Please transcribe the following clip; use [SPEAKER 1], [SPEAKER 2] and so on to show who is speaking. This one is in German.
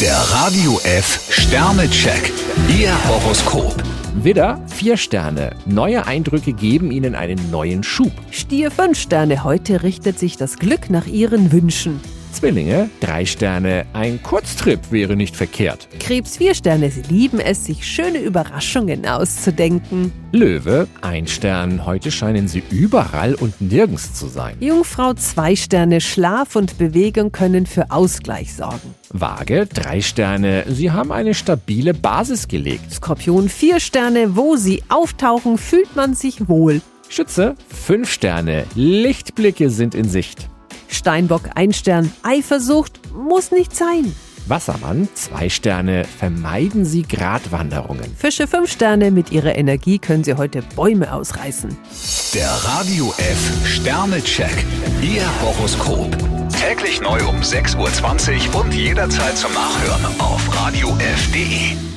[SPEAKER 1] Der Radio F Sternecheck. Ihr Horoskop.
[SPEAKER 2] Widder, vier Sterne. Neue Eindrücke geben Ihnen einen neuen Schub.
[SPEAKER 3] Stier 5 Sterne, heute richtet sich das Glück nach Ihren Wünschen.
[SPEAKER 2] Zwillinge, drei Sterne. Ein Kurztrip wäre nicht verkehrt.
[SPEAKER 3] Krebs 4 Sterne, Sie lieben es, sich schöne Überraschungen auszudenken.
[SPEAKER 2] Löwe, ein Stern. Heute scheinen Sie überall und nirgends zu sein.
[SPEAKER 3] Jungfrau 2 Sterne, Schlaf und Bewegung können für Ausgleich sorgen.
[SPEAKER 2] Waage, drei Sterne. Sie haben eine stabile Basis gelegt.
[SPEAKER 3] Skorpion 4 Sterne, wo Sie auftauchen, fühlt man sich wohl.
[SPEAKER 2] Schütze, fünf Sterne. Lichtblicke sind in Sicht.
[SPEAKER 3] Steinbock 1 Stern, Eifersucht muss nicht sein.
[SPEAKER 2] Wassermann, zwei Sterne. Vermeiden Sie Gratwanderungen.
[SPEAKER 3] Fische 5 Sterne, mit Ihrer Energie können Sie heute Bäume ausreißen.
[SPEAKER 1] Der Radio F Sternecheck. Ihr Horoskop. Täglich neu um 6.20 Uhr und jederzeit zum Nachhören auf Radio radiof.de.